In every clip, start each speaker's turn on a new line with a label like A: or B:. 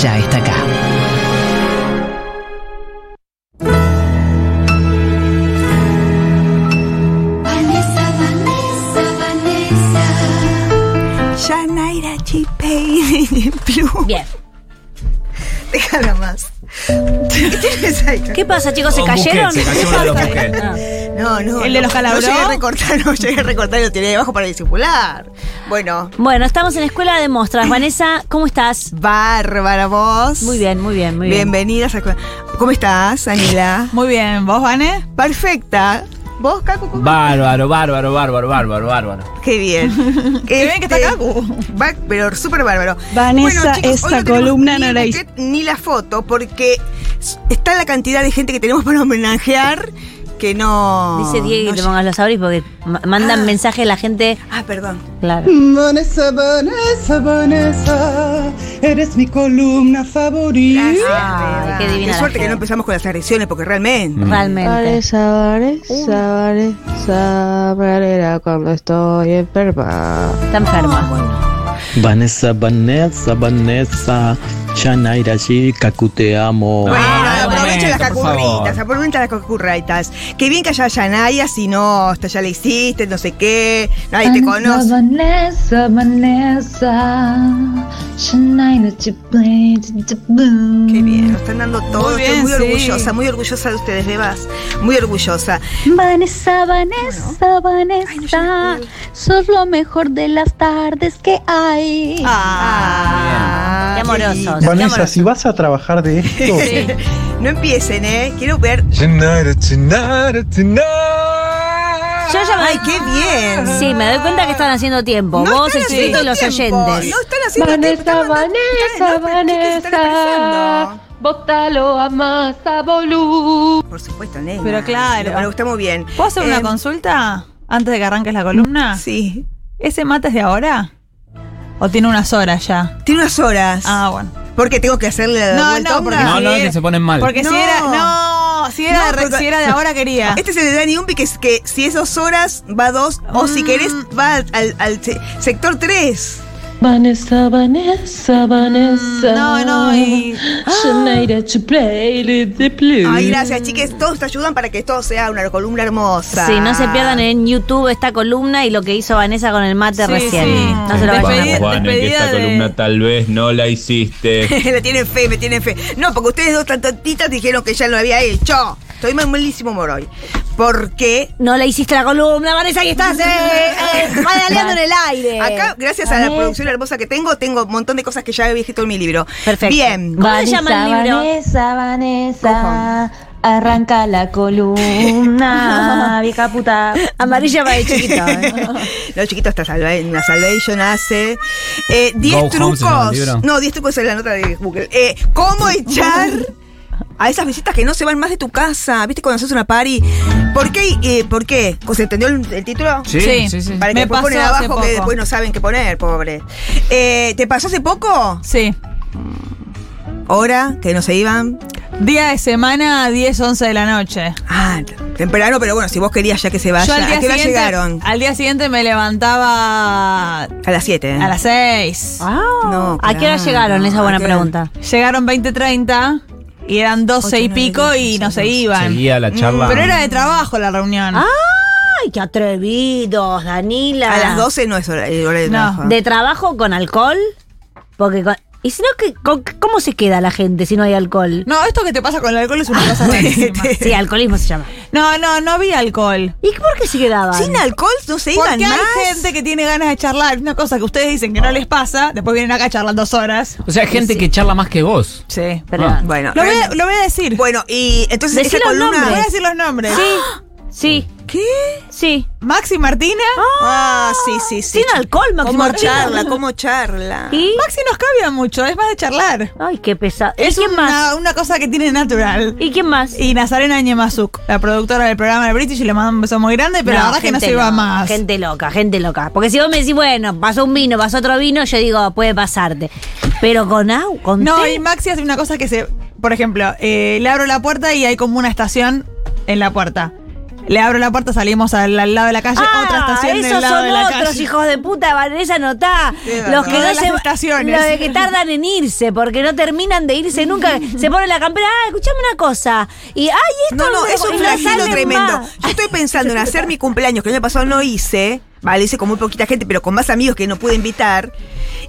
A: ya está acá.
B: Vanessa, Vanessa, Vanessa.
C: Shanaira Chipei Blue.
D: Bien.
C: Déjala más. ¿Qué tienes ahí?
D: ¿Qué pasa, chicos? ¿Se
E: Un
D: cayeron?
E: buquet, se cayó uno de los
D: Ah,
E: buquets.
C: No, no.
F: ¿El de
C: no.
F: los calabros?
C: No llegué a recortar, no llegué a recortar y lo tiré debajo para disimular. Bueno,
D: Bueno, estamos en Escuela de Mostras. Vanessa, ¿cómo estás?
C: bárbara vos.
D: Muy bien, muy bien, muy bien.
C: Bienvenidas a. ¿Cómo estás, Anila?
F: Muy bien, ¿vos, Vane?
C: Perfecta. ¿Vos, Cacu? cómo-
E: Bárbaro, bárbaro, bárbaro, bárbaro, bárbaro.
C: Qué bien.
F: Qué bien que está
C: Este,
F: Cacu.
C: va- pero súper bárbaro.
F: Vanessa,
C: chicos, hoy
F: esa
C: tenemos
F: columna
C: ni
F: no
C: el
F: la
C: buquet Ni la foto, porque s- está la cantidad de gente que tenemos para homenajear que no.
D: Dice Diego que
C: no
D: te pongas los auris porque ma- mandan
C: Ah.
D: mensaje a la gente.
C: Ah, perdón.
D: Claro.
G: Vanessa, Vanessa, Vanessa, eres mi columna favorita.
C: Gracias,
D: Ay,
C: Beba.
D: qué divina la
C: suerte que
D: gente.
C: no empezamos con las agresiones, porque realmente.
D: Realmente. Uh.
H: Vanessa, Vanessa, Varela, cuando estoy enferma.
C: Ah,
D: Está enferma.
I: Vanessa, Vanessa, Vanessa, Shanaira Shikaku, te amo.
C: Bueno,
E: Ah,
C: aprovechen
E: momento,
C: las
E: por favor.
C: cacurritas, aprovechen las cacurritas. Qué bien que haya Yanaya, si no, hasta ya la hiciste, no sé qué, nadie te conoce.
J: Vanessa, Vanessa, Shania Mm.
C: Qué bien, lo están dando todo,
F: Muy
C: estoy
F: bien,
C: muy
F: sí.
C: orgullosa, muy orgullosa de ustedes, Bebas, muy orgullosa.
J: Vanessa, Vanessa, Vanessa, sos lo mejor de las tardes que hay.
C: Ah,
D: Qué amorosos.
C: qué
D: Vanessa,
C: amorosos.
G: si vas a trabajar de esto,
C: No empiecen, ¿eh? Quiero ver.
D: Yo ya me-
C: Ay, qué bien.
D: Sí, me doy cuenta que están haciendo tiempo.
C: No
D: Vos, el
C: están
D: chiquito
C: haciendo
D: y los
C: tiempo,
D: oyentes.
C: No están haciendo tiempo,
H: Vanessa,
C: están mandando-
H: Vanessa,
C: están- no, pero chicos, están
H: Vanessa,
C: expresando.
H: bótalo a masa, bolú.
C: Por supuesto, nena.
F: Pero claro.
C: Me gusta muy bien.
F: ¿Puedo hacer
C: Eh,
F: una consulta antes de que arranques la columna?
C: Sí.
F: ¿Ese mate es de ahora? ¿O tiene unas horas ya?
C: Tiene unas horas.
F: Ah, bueno.
C: Porque tengo que hacerle la
F: No,
C: vuelta
F: no,
C: honda.
F: porque
E: No,
F: sí.
E: no, que se ponen mal.
F: Porque
C: No.
F: si era. No, si era,
C: No,
F: de, re-
C: porque-
F: si era de ahora quería.
C: Este es el de Dani Umpi, que, es que si es dos horas, va dos, o si
F: Mm.
C: querés, va al, al se- sector tres.
H: Vanessa, Vanessa, Vanessa.
F: No, no, y.
H: Shanaira, to play with the blues.
C: Ay, gracias, chicas. Todos te ayudan para que todo sea una columna hermosa.
D: Sí, no se pierdan en YouTube esta columna y lo que hizo Vanessa con el mate
F: Sí,
D: recién.
F: sí.
D: No se lo vayan
F: Despedí-
D: a perder.
F: Juan, en que esta despedida de- columna
E: tal vez no la hiciste.
C: le tienen fe, me tienen fe. No, porque ustedes dos tan tantitas dijeron que ya lo había hecho. Estoy mal- malísimo humor hoy. Porque
D: No le hiciste la columna, Vanessa, ahí estás, eh, eh, madaleando en el
F: Eh,
D: aire.
C: acá, gracias a la producción hermosa que tengo, tengo un montón de cosas que ya había escrito en mi libro.
D: Perfecto.
C: Bien.
D: ¿Cómo se llama el libro?
J: Vanessa, Vanessa, arranca la columna, vieja puta.
D: Amarilla para el chiquito. eh.
C: No, chiquito, está salva una Salvation hace. Eh, 10
E: Home se llama el libro.
C: trucos. No, 10 trucos es la nota de Google. Eh, ¿Cómo echar a esas visitas que no se van más de tu casa? ¿Viste cuando haces una party? ¿Por qué? eh, ¿Por qué? ¿Se entendió el, el título?
E: Sí, sí, sí.
C: Para que
F: Me
C: después
F: pasó
C: ponen
F: hace
C: abajo que
F: poco.
C: después no saben qué poner, pobre. Eh, ¿Te pasó hace poco?
F: Sí.
C: Hora, que no se iban.
F: Día de semana, 10, 11 de la noche.
C: Ah, temprano, pero bueno, si vos querías ya que se vaya,
F: Yo al
C: ¿a
F: día,
C: qué hora
F: siguiente,
C: llegaron?
F: al día siguiente me levantaba a
C: A las ¿eh? 7.
F: las 6.
C: Ah.
D: Ah.
C: No,
D: ¿A qué hora
C: claro,
D: llegaron? Esa
C: ¿a
D: buena
C: qué hora?
D: pregunta.
F: Llegaron 20.30 y eran 12
C: Ocho,
F: y
C: nueve,
F: pico
C: diez,
F: y
C: once,
F: no se
C: doce.
F: iban.
E: Seguía la charla.
F: Pero era de trabajo la reunión.
D: Ah, Ay, qué atrevidos, Danila.
C: A las 12 no es hora, eh, hora de
F: No,
C: trabajo.
D: ¿De trabajo con alcohol? Porque con- Y si no, ¿qué- con- ¿cómo se queda la gente si no hay alcohol?
F: No, esto que te pasa con el alcohol es una cosa rarísima.
D: Sí, alcoholismo se llama.
F: No, no, no había alcohol.
D: ¿Y por qué se quedaban?
C: Sin alcohol no se
F: Porque
C: iban
F: hay
C: más.
F: gente que tiene ganas de charlar. Una cosa que ustedes dicen que no les pasa, después vienen acá a charlar dos horas.
E: O sea, gente que charla más que vos.
F: Sí.
D: Pero-
E: Ah.
C: Bueno,
F: Lo voy, a,
C: realmente-
F: lo voy a decir.
C: bueno, y entonces
D: Decí
C: esa
D: los
C: columna.
F: voy a
D: nombres.
F: decir los nombres.
D: Sí, sí.
C: ¿Qué?
D: Sí.
F: Maxi Martina.
C: Ah, sí, sí, sí.
D: Sin alcohol, Maxi
C: ¿Cómo
D: Martina.
C: charla? ¿Cómo charla?
D: ¿Y?
F: Maxi nos cambia mucho, es más de charlar.
D: Ay, qué pesado. ¿Y
F: Es
D: quién más?
F: una, una cosa que tiene natural.
D: ¿Y quién más?
F: Y Nazarena Ñemazuk, la productora del programa de British, y le mando un beso muy grande, pero la verdad es que no
D: gente
F: se iba
D: loca,
F: más.
D: Gente loca, gente loca. Porque si vos me decís, bueno, pasó un vino, pasó otro vino, yo digo, puede pasarte. Pero con agua, con
F: No,
D: té,
F: y Maxi hace una cosa que se. Por ejemplo, eh, le abro la puerta y hay como una estación en la puerta. Le abro la puerta, salimos al, al lado de la calle,
D: Ah,
F: otra estación del
D: esos
F: lado
D: son
F: de la
D: otros
F: calle.
D: hijos de puta, Vanessa, notá.
F: verdad.
D: Los que no
F: Todas
D: se
F: las estaciones.
D: Los de que tardan en irse, porque no terminan de irse nunca. Se pone la campera, ah, escuchame una cosa. Y, ay, esto
C: No, no,
D: me-
C: es un
D: y
C: flagelo
D: salen
C: tremendo.
D: más.
C: Yo estoy pensando en hacer mi cumpleaños, que el año pasado no hice, vale, hice con muy poquita gente, pero con más amigos que no pude invitar.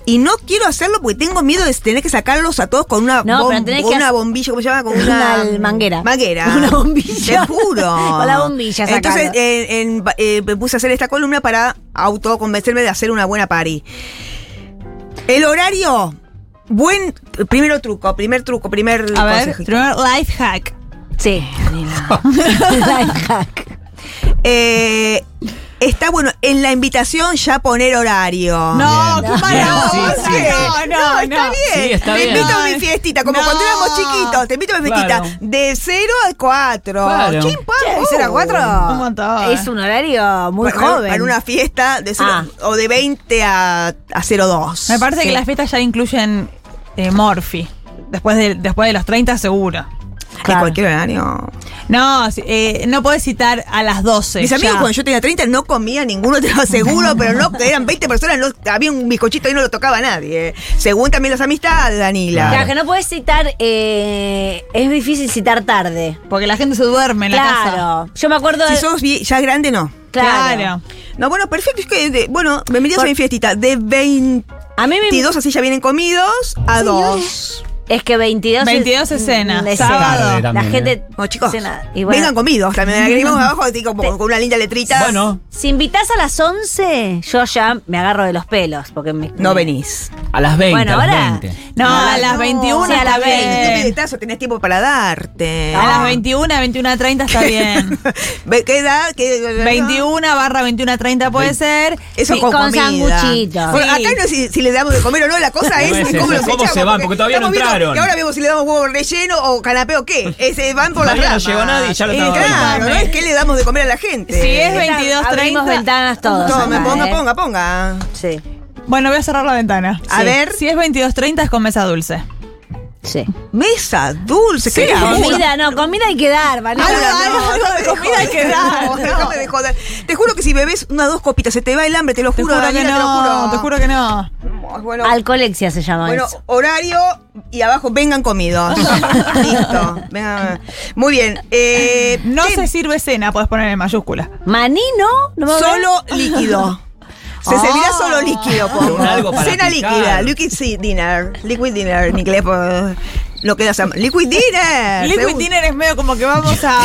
C: Y no quiero hacerlo porque tengo miedo de tener que sacarlos a todos con una,
D: No,
C: bom-
D: pero tenés
C: con
D: que
C: una
D: hacer-
C: bombilla, ¿cómo se llama? Con una,
D: Una manguera.
C: Manguera.
D: Una bombilla.
C: Te juro.
D: Con la bombilla
C: Entonces
D: sacalo.
C: eh, en- eh, me puse a hacer esta columna para autoconvencerme de hacer una buena party. El horario. Buen. Primero truco, primer truco, primer.
F: A ver,
C: consejito.
F: primer life hack.
D: Sí, Daniela. Life hack.
C: Eh, está bueno, en la invitación ya poner horario.
F: No,
E: Ah, Bien.
F: qué mala
E: Bien,
F: onda.
E: sí, sí.
F: No, no, no.
C: Está bien.
E: Sí, está
C: me
E: bien.
C: invito a mi
F: No.
C: fiestita, como
F: No.
C: cuando éramos chiquitos. Te invito a mi fiestita.
E: Claro.
C: De 0 a 4.
E: Claro.
C: ¿De 0 a 4?
F: Un montón.
D: Es un horario muy
C: Uh, para,
D: joven.
C: Para una fiesta de cero-
D: Ah.
C: o de 20 a, a 02.
F: Me parece que las fiestas ya incluyen eh, Morphy. Después de, después de los 30, seguro.
C: En
D: Claro.
C: cualquier horario.
F: No, si- eh, no podés citar a las 12.
C: Mis amigos,
F: ya.
C: cuando yo tenía 30, no comía ninguno, te lo aseguro, pero no, eran 20 personas, no, había un bizcochito y no lo tocaba nadie. Según también las amistades, Danila.
D: Claro, que no puedes citar, eh, es difícil citar tarde.
F: Porque la gente se duerme en la casa.
D: Claro. Yo me acuerdo de.
C: Si sos vie- ya grande, no.
D: claro.
C: No, bueno, perfecto. Es que, de- bueno, bienvenidos
D: Por-
C: a mi fiestita. De 22,
D: A mí me.
C: así ya vienen comidos, a 2.
D: Es que 22
F: 22 es cena, sábado.
E: Tarde
D: La
E: también,
D: gente.
E: ¿eh?
C: No, chicos,
D: cena. Y bueno,
C: vengan comidos. También agregamos abajo, así como con una linda letrita.
E: Bueno,
D: Si invitas a las 11, yo ya me agarro de los pelos. Porque me-
C: No venís.
E: a las 20.
D: Bueno,
E: a las
D: ahora.
E: 20.
F: No,
D: Ah,
F: a las
D: no.
F: 21
D: Sí, a
F: está
D: las 20.
C: Qué
F: bien.
C: piedetazo, tenés tiempo para darte.
F: A las 21, 21 30 está bien.
C: Ve- ¿Qué edad? ¿Qué-
F: 21 barra 21 30 puede ser.
C: Eso
D: Sí,
C: con,
D: con
C: comida.
D: sanguchitos.
C: Bueno,
F: Sí.
C: acá no es si, si le damos de comer o no, la cosa es,
E: No es
C: cómo
E: eso,
C: los
E: cómo
C: echamos,
E: se van, porque todavía no
C: estamos viendo
E: entraron.
C: que ahora vemos si le damos huevo relleno o canapé o qué. Ese van por la
E: Todavía no llegó nadie y ya lo estaba
C: Claro,
E: hablando.
C: no es que le damos de comer a la gente.
F: Si es
D: Esta-
F: 22
D: abrimos
F: 30.
D: ventanas todos.
C: No, me
D: acá,
C: ponga,
D: ¿eh?
C: ponga, ponga.
D: Sí,
F: Bueno, voy a cerrar la ventana.
C: A
F: Sí.
C: ver.
F: Si es 22 30 es con mesa dulce.
D: sí.
C: Mesa dulce, qué laburo.
D: Comida, no, comida hay que dar, ¿vale?
C: Ahora,
F: algo-
C: no,
F: algo
C: no
F: de
C: me
F: comida hay que dar,
C: no,
F: no.
C: déjame de joder. Te juro que si bebes unas dos copitas se te va el hambre, te lo
F: Te
C: juro,
F: juro que
C: Daniela,
F: no.
C: te
F: Te
C: lo
F: juro que no.
C: juro. Bueno,
D: Alcolexia se llama
C: Bueno,
D: eso.
C: horario y abajo vengan comidos. Listo. Vengan. Muy bien. eh,
F: No
C: ¿qué?
F: se sirve cena, podés poner en mayúscula.
D: Maní, ¿no? ¿No me voy a ver?
C: Solo líquido. Se
D: Ah.
C: servirá solo líquido, pongo.
E: Con algo para
C: Cena
E: picar.
C: líquida, liquid sí, dinner, liquid dinner en inglés, por- lo que lo llaman. Liquid dinner.
F: Liquid
C: seguro.
F: dinner es medio como que vamos a,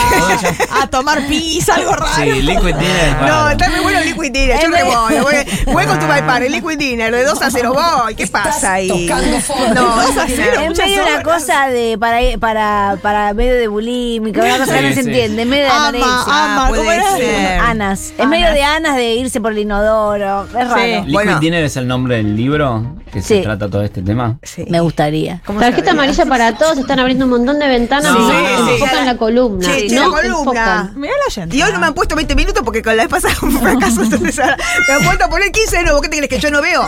F: a tomar pizza, algo
D: Ah,
F: raro.
E: Sí, liquid dinner.
C: No,
E: bárbaro.
C: está muy bueno el liquid dinner, yo me voy, voy, voy
F: Ah.
C: con tu par, el liquid dinner, de 2 a 0 voy, ¿qué pasa ahí? No,
F: Dos a cero.
D: Es
F: muchas
D: medio una
F: horas.
D: cosa de para para para medio de bulímica, una cosa que no
E: Sí,
D: se
E: sí.
D: entiende, medio de
F: Ama,
D: anorexia. Ah,
F: ama,
C: puede
F: ¿cómo era?
C: ser.
D: Anas. Es medio de anas de irse por el inodoro. Es raro.
E: Liquid
C: Bueno.
E: Dinner es el nombre del libro que
D: Sí.
E: se trata todo este tema.
C: Sí.
D: Me gustaría.
C: ¿Cómo
K: Tarjeta
C: sabía?
K: amarilla para todos, están abriendo un montón de ventanas
E: Sí,
K: y
E: sí,
K: no
E: sí.
K: enfocan la columna.
C: Che, che,
K: no
C: la columna.
K: enfocan.
F: Mirá la gente.
C: Y hoy no me han puesto 20 minutos porque con la vez pasada fue un fracaso. Entonces ahora me han puesto a poner 15 de nuevo. ¿Qué te crees que yo no veo?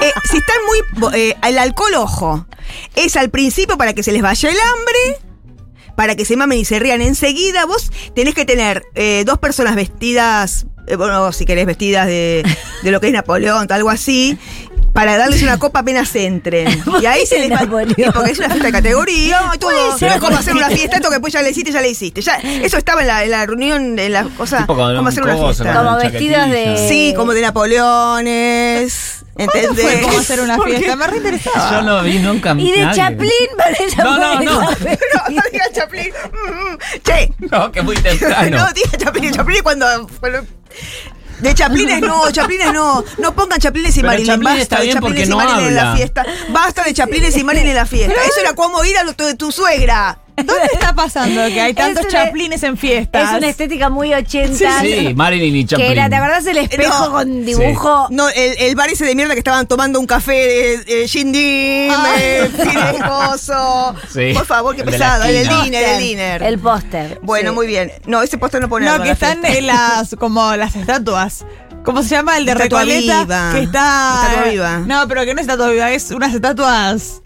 C: Eh, si están muy. bo- eh, el alcohol, ojo. Es al principio para que se les vaya el hambre. Para que se mamen y se rían enseguida, vos tenés que tener eh, dos personas vestidas, eh, bueno, si querés, vestidas de, de lo que es Napoleón, algo así, para darles una copa apenas entren. Y ahí se les va.
D: Napoleón?
C: y porque es una fiesta de categoría, y todo.
D: puede ser.
C: No es como hacer una fiesta, esto que después ya le hiciste, ya le hiciste. Ya, eso estaba en la, en la reunión, en la cosa.
E: Tipo con
C: ¿Cómo
E: un
C: Ah, hacer una
E: coso,
C: fiesta?
E: con
D: Como
E: un
D: vestidos
E: chaquetilla.
D: de-
C: Sí, como de Napoleones.
F: ¿Cuándo
C: ¿Entendés?
F: fue como hacer una fiesta? Me reinteresaba.
E: Yo no vi nunca
D: Y de
E: nadie.
D: Chaplin Vanessa
E: No, no, no.
D: puede-
C: No, no digas Chaplin. Mm, mm. Che.
E: No, que muy
C: No,
E: temprano.
C: diga Chaplin. Chaplin cuando. bueno, de Chaplines no, Chaplines no. No pongan Chaplines y
E: Pero
C: Marilyn.
E: Chaplin
C: Basta
E: está
C: de
E: bien
C: Chaplines
E: porque
C: y
E: no
C: Marilyn en la
E: habla.
C: fiesta. Basta de Chaplines y Marilyn en la fiesta. Eso era como ir a lo de tu suegra.
F: ¿Dónde está pasando que hay tantos
D: Es una-
F: chaplines en fiestas?
D: Es una estética muy 80.
E: Sí, Marilyn y Chaplin.
D: Que era, ¿te acordás el espejo
C: No.
D: con dibujo?
C: No, el, el bar ese de mierda que estaban tomando un café, eh, eh, Jim Dean, eh, Fidel Coso.
E: Sí.
C: Por favor, qué
E: El de la
C: pesado. El, del
E: esquina.
C: diner, el diner.
D: El póster.
C: bueno,
D: sí.
C: muy bien. No, ese póster no pone
F: No, que están en las, como las estatuas. ¿Cómo se llama? El de
C: Estatua
F: Recoleta.
C: viva.
F: Que está.
C: Estatua viva.
F: No, pero que no es estatua viva, es unas estatuas.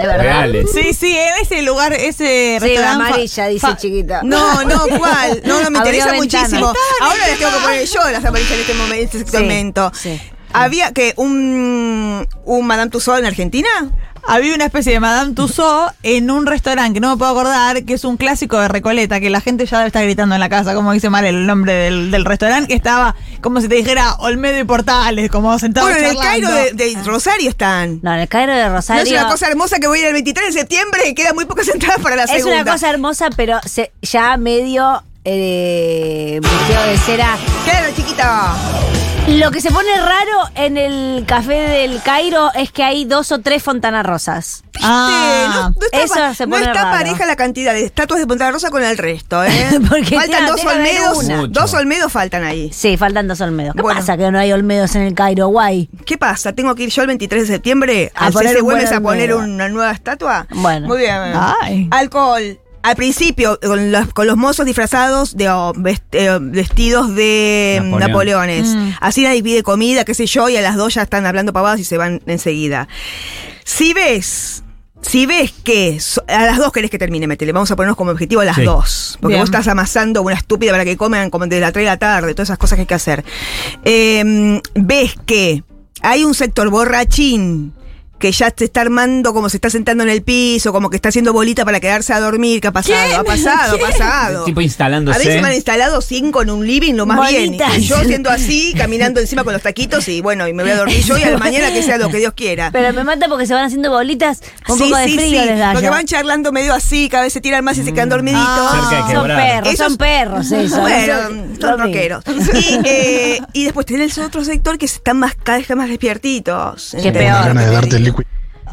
D: De verdad.
E: Reales.
F: Sí, sí, en ese lugar, ese
D: Sí,
F: restaurante.
D: amarilla, dice
F: fa-
D: chiquita.
C: No, no, ¿cuál? No, no, me
D: Abrió
C: interesa
D: ventana.
C: muchísimo.
D: Está
C: Ahora les tengo que poner yo las amarillas en este momento, en este
D: Sí,
C: segmento.
D: sí.
C: Había que un, un Madame Tussauds en Argentina.
F: Había una especie de Madame Tussauds en un restaurante que no me puedo acordar, que es un clásico de Recoleta, que la gente ya debe estar gritando en la casa, como dice mal el nombre del, del restaurante, que estaba como si te dijera Olmedo y Portales, como sentados
C: bueno, en el
F: charlando.
C: Cairo de, de Rosario están.
D: No, en el Cairo de
C: No
D: Rosario.
C: es una cosa hermosa que voy a ir el 23 de septiembre y quedan muy pocas entradas para la
D: es
C: segunda.
D: una cosa hermosa, pero se- ya medio eh, museo de cera.
C: Claro, chiquita.
D: Lo que se pone raro en el café del Cairo es que hay dos o tres fontanas rosas.
C: Sí,
F: Ah,
C: no, no está,
D: eso
C: pa-
D: se
C: no
D: pone
C: está
D: raro.
C: pareja la cantidad de estatuas de Punta Rosa con el resto, ¿eh?
D: Porque
C: faltan
D: tiene-
C: dos
D: tiene que haber
C: olmedos.
D: una.
E: Mucho.
C: Dos olmedos faltan ahí.
D: Sí, faltan dos olmedos. ¿Qué
C: Bueno.
D: pasa que no hay olmedos en el Cairo, guay?
C: ¿Qué pasa? ¿Tengo que ir yo el 23 de septiembre
D: A
C: al
D: poner
C: CC
D: un buen
C: Güemes a poner
D: almero.
C: una nueva estatua?
D: Bueno. Ah,
C: Muy bien.
F: Ay.
C: Alcohol. Al principio, con los, con los mozos disfrazados de oh, vest- eh, vestidos de mm,
E: Napoleón.
C: Napoleones. Así nadie pide comida, qué sé yo, y a las dos ya están hablando pavadas y se van enseguida. Si ves, si ves que so- a las dos querés que termine, metele. Vamos a ponernos como objetivo a las
E: Sí.
C: dos. Porque
F: Bien.
C: vos estás amasando una estúpida para que coman como desde las 3 de la tarde, todas esas cosas que hay que hacer. Eh, ves que hay un sector borrachín que ya se está armando como se está sentando en el piso, como que está haciendo bolita para quedarse a dormir, que ha pasado, ha pasado, ha pasado.
E: Tipo
C: A veces
E: instalándose.
C: me han instalado cinco en un living, lo más
D: Bolitas.
C: bien. Y yo siendo así, caminando encima con los taquitos y bueno, y me voy a dormir yo y a la mañana que sea lo que Dios quiera.
D: Pero me mata porque se van haciendo bolitas con un poco de frío les da
C: Porque
D: ya.
C: van charlando medio así, cada vez se tiran más y se quedan dormiditos.
E: Mm. Ah, Cerca de
D: Son
E: quebrar.
D: perros, son
C: Esos-
D: perros eso.
C: Bueno,
D: eso-
C: son
D: lo mismo.
C: rockeros. Y, eh, y después tenés otro sector que están más, cada vez más despiertitos.
D: Qué
C: ¿entendés?
D: peor.
G: ganas de darte el liquid,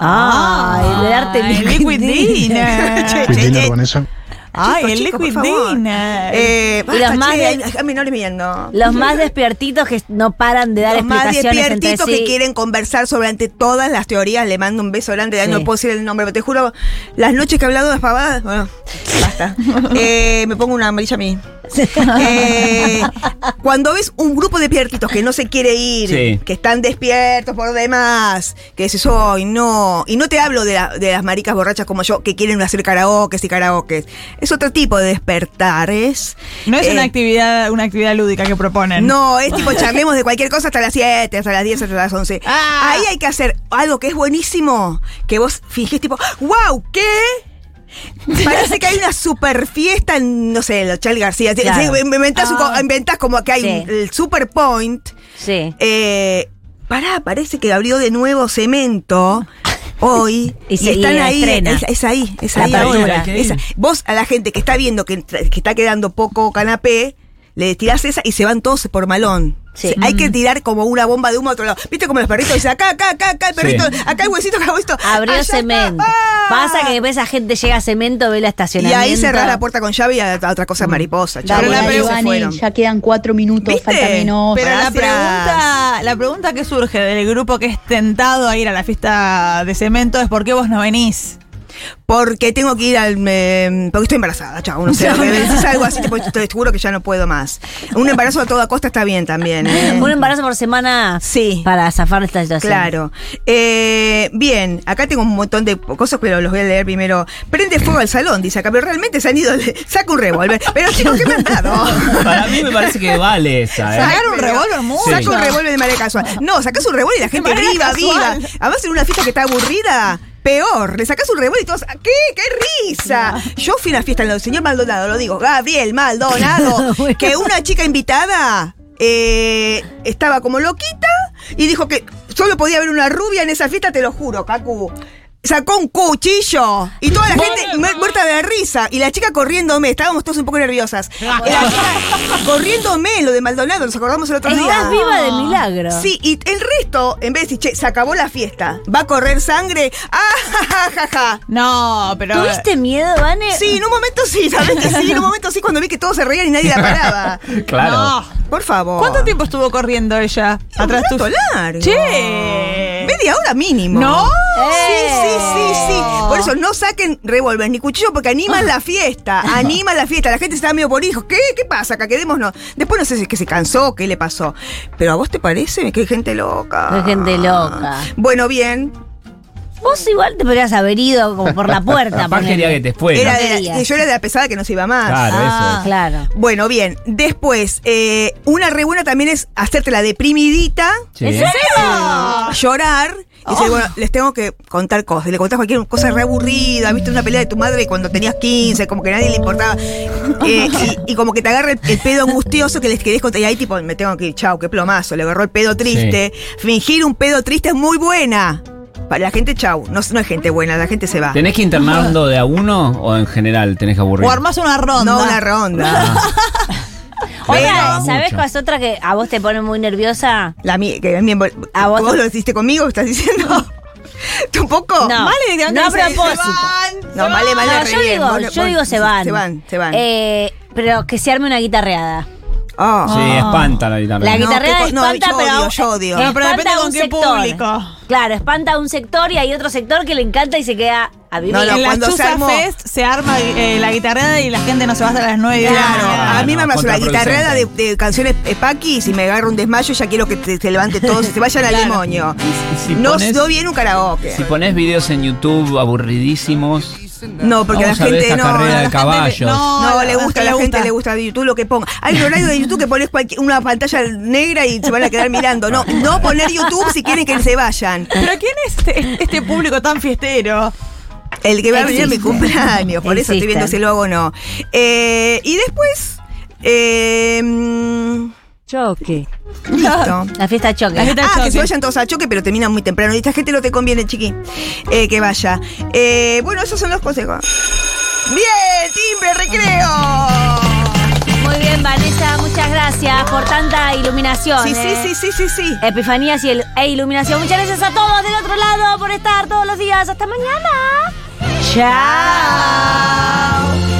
D: Ay,
C: Ah,
D: de darte
F: el liquid
D: Ah.
F: dinner.
C: Che,
G: dinner,
C: che.
G: Vanessa.
F: Ay, el
C: Chicos,
F: liquid
C: por favor.
F: dinner.
C: Eh, basta,
D: los más
C: che,
D: de-
C: hay- hay menores mirando.
D: Los más despiertitos que no paran de dar
C: Los más
D: explicaciones entre
C: despiertitos
D: sí.
C: que quieren conversar sobre ante todas las teorías. Le mando un beso grande. Ay,
D: Sí.
C: No puedo decir el nombre, pero te juro, las noches que he hablado de las pavadas, bueno, basta. Eh, me pongo una amarilla a mí. Eh, cuando ves un grupo de despiertitos que no se quiere ir,
E: Sí.
C: que están despiertos por demás, que dices, hoy no. Y no te hablo de, la- de las maricas borrachas como yo, que quieren hacer karaoke y karaoke. Es otro tipo de despertares.
F: no es
C: Eh,
F: una actividad, una actividad lúdica que proponen.
C: no, es tipo charlemos de cualquier cosa hasta las 7, hasta las 10, hasta las 11.
F: Ah.
C: Ahí hay que hacer algo que es buenísimo, que vos fingís tipo, wow, ¿qué? Parece que hay una super fiesta en, no sé, en Chal García. Sí,
D: Claro. Ah.
C: sí, Inventás, un co- inventás como que hay
D: Sí.
C: el super point.
D: Sí.
C: Eh, pará, parece que abrió de nuevo cemento. Hoy
D: Y
C: y,
D: se-
C: están
D: y la
C: ahí,
D: estrena.
C: es, es ahí, es
D: La
C: ahí
D: apertura.
C: ahora.
E: Hay que ir.
C: Esa. Vos a la gente que está viendo que, entra- que está quedando poco canapé, le tirás esa y se van todos por malón.
D: Sí.
C: Sí, Hay que tirar como una bomba de humo a otro lado. ¿Viste como los perritos dicen acá, acá, acá, acá el perrito,
E: Sí.
C: acá el huesito, acá el huesito?
D: Abrió
C: allá está,
D: cemento.
C: ¡ah!
D: Pasa que esa gente llega a cemento, ve
C: Y
D: la estacionamiento.
C: ahí cerrás la puerta con llave y a, a otra cosa mariposa. chao,
J: Dale,
C: bueno,
J: dale,
C: se
J: Vane,
C: fueron.
J: ya quedan cuatro minutos,
C: ¿Viste?
J: falta menos.
F: Pero la
C: Gracias.
F: pregunta, la pregunta que surge del grupo que es tentado a ir a la fiesta de cemento es ¿por qué vos no venís?
C: Porque tengo que ir al. eh, porque estoy embarazada, chao. No sé, me decís algo así, tipo, te juro que ya no puedo más. Un embarazo a toda costa está bien también. ¿eh?
D: Un
F: em-
D: embarazo por semana
C: Sí.
D: para zafar de esta situación.
C: Claro. Eh, bien, acá tengo un montón de cosas, pero los voy a leer primero. Prende fuego al salón, dice acá, pero realmente se han ido. Saca un revólver. Pero tengo que mandado.
E: Para mí me parece que vale esa, ¿eh?
F: Sacar un
C: pero-
F: revólver mucho.
C: Saca un
E: Sí.
C: revólver de manera casual. No, sacás un revólver y la gente
F: manera
C: viva,
F: casual.
C: viva. Además, en una fiesta que está aburrida, peor. Le sacás un revólver y todos. "Ah, ¿Qué? ¡Qué risa! Yo fui a una fiesta en la del señor Maldonado, lo digo, Gabriel Maldonado, que una chica invitada eh, estaba como loquita y dijo que solo podía haber una rubia en esa fiesta, te lo juro, Cacu. sacó un cuchillo y toda la gente mu- muerta de risa. Y la chica corriéndome, estábamos todos un poco nerviosas. Y la chica corriéndome, lo de Maldonado, nos acordamos el otro día.
D: Estás viva de milagro.
F: Ah.
C: Sí, y el resto, en vez de decir, che, se acabó la fiesta, va a correr sangre. ¡Ah, ja, ja, ja, ja!
F: No, pero.
D: ¿Tuviste miedo,
F: Eh.
D: Vane?
C: Sí, en un momento sí, ¿sabes que sí? En un momento sí, cuando vi que todos se reían y nadie la paraba.
E: Claro.
F: No.
C: Por favor.
F: ¿Cuánto tiempo estuvo corriendo ella? Atrás
C: rato
F: tuyo?
C: largo.
F: Che.
C: Media hora mínimo.
F: No.
C: Sí, sí, sí, sí.
F: Eh. Ah.
C: Por eso no saquen revólver ni cuchillo porque animan la fiesta. Animan la fiesta. La gente está medio por hijos. ¿Qué? ¿Qué pasa acá? Quedémonos. Después no sé si es que se cansó, qué le pasó. Pero a vos te parece que hay gente loca.
D: Hay gente loca.
C: Bueno, bien.
D: Vos igual te podrías haber ido como por la puerta.
E: Capaz
D: ponele.
E: quería que te fuera.
C: Era
D: no
C: de la-
D: quería.
C: yo era de la pesada que no se iba más.
E: Claro,
D: Ah,
E: eso.
D: claro.
C: Bueno, bien. Después, eh, una re buena también es hacerte la deprimidita.
E: Sí.
D: ¿En serio?
C: llorar y decir,
D: Oh.
C: bueno, les tengo que contar cosas. Y le contás cualquier cosa re aburrida, viste una pelea de tu madre cuando tenías 15, como que a nadie le importaba. Eh, y, y como que te agarra el, el pedo angustioso que les querés contar. Y ahí tipo, me tengo que ir, chau, qué plomazo, le agarró el pedo triste. Fingir un pedo triste es muy buena. Para la gente, chau. No, no es gente buena, la gente se va.
E: ¿Tenés que internarlo de a uno o en general tenés que aburrir?
F: O armás una ronda.
C: No una ronda.
D: Otra,
E: Pero-
D: ¿sabés
E: Mucho.
D: cuál es otra que a vos te pone muy nerviosa?
C: La mía, que a mí me envol-
D: ¿A vos
C: vos
D: te-
C: lo hiciste conmigo? ¿Estás diciendo? ¿Tú un poco?
D: No.
C: directamente
D: No a
C: dice, se
D: propósito.
C: van, No, vale, vale.
D: No,
C: re
D: yo
C: bien.
D: digo,
C: Vos-
D: yo
C: vos-
D: digo se van.
C: Se van, se van.
D: Eh, pero que se arme una guitarreada.
C: Ah.
E: Sí, espanta la guitarra.
D: La
C: No,
D: guitarreada
C: qué co- no,
D: espanta,
C: yo
D: pero.
C: odio, yo odio.
D: espanta
F: No, pero depende
D: a
F: con
D: un
F: qué
D: sector.
F: público.
D: Claro, espanta a un sector y hay otro sector que le encanta y se queda a vivir.
C: No, no,
F: en la
C: cuando se
F: Chusa
C: armó-
F: Fest se arma eh, la guitarrada y la gente no se va hasta las 9 de la
C: Claro,
F: mañana.
C: a mí me
E: Ah, no,
C: amas una
E: contraproducente.
C: guitarrada de, de canciones eh, Paqui y si me agarro un desmayo ya quiero que te- se levante todo, se vayan al demonio.
E: si
C: no,
E: pones-
C: no viene un karaoke.
E: Si ponés videos en YouTube aburridísimos,
C: no, porque la
E: vamos a ver
C: gente
E: esta
C: no.
E: carrera de
C: la-
E: caballos.
F: no,
C: No,
F: la-
C: le
F: la
C: gusta, a la
F: gente le
C: gente
F: gusta.
C: le gusta de YouTube lo que ponga. Hay un horario de YouTube que pones cualquier- una pantalla negra y se van a quedar mirando. No, no poner YouTube si quieren que se vayan.
F: Pero ¿quién es este, este público tan fiestero?
C: El que va a venir a mi
D: Existe.
C: cumpleaños, por eso estoy viendo
D: Existe.
C: si lo hago o no. Eh, y después, eh, mm,
D: Choque.
C: listo.
D: La fiesta choque.
F: La fiesta-
C: Ah, que
F: choque.
C: se vayan todos a choque, pero terminan muy temprano. Y esta gente no te conviene, chiqui, eh, que vaya. Eh, bueno, esos son los consejos. ¡Bien! ¡Timbre, recreo!
D: Muy bien, Vanessa, muchas gracias por tanta iluminación.
C: Sí, sí,
D: eh.
C: sí, sí, sí, sí.
D: Epifanías y el- e iluminación. Muchas gracias a todos del otro lado por estar todos los días. Hasta mañana. Chao.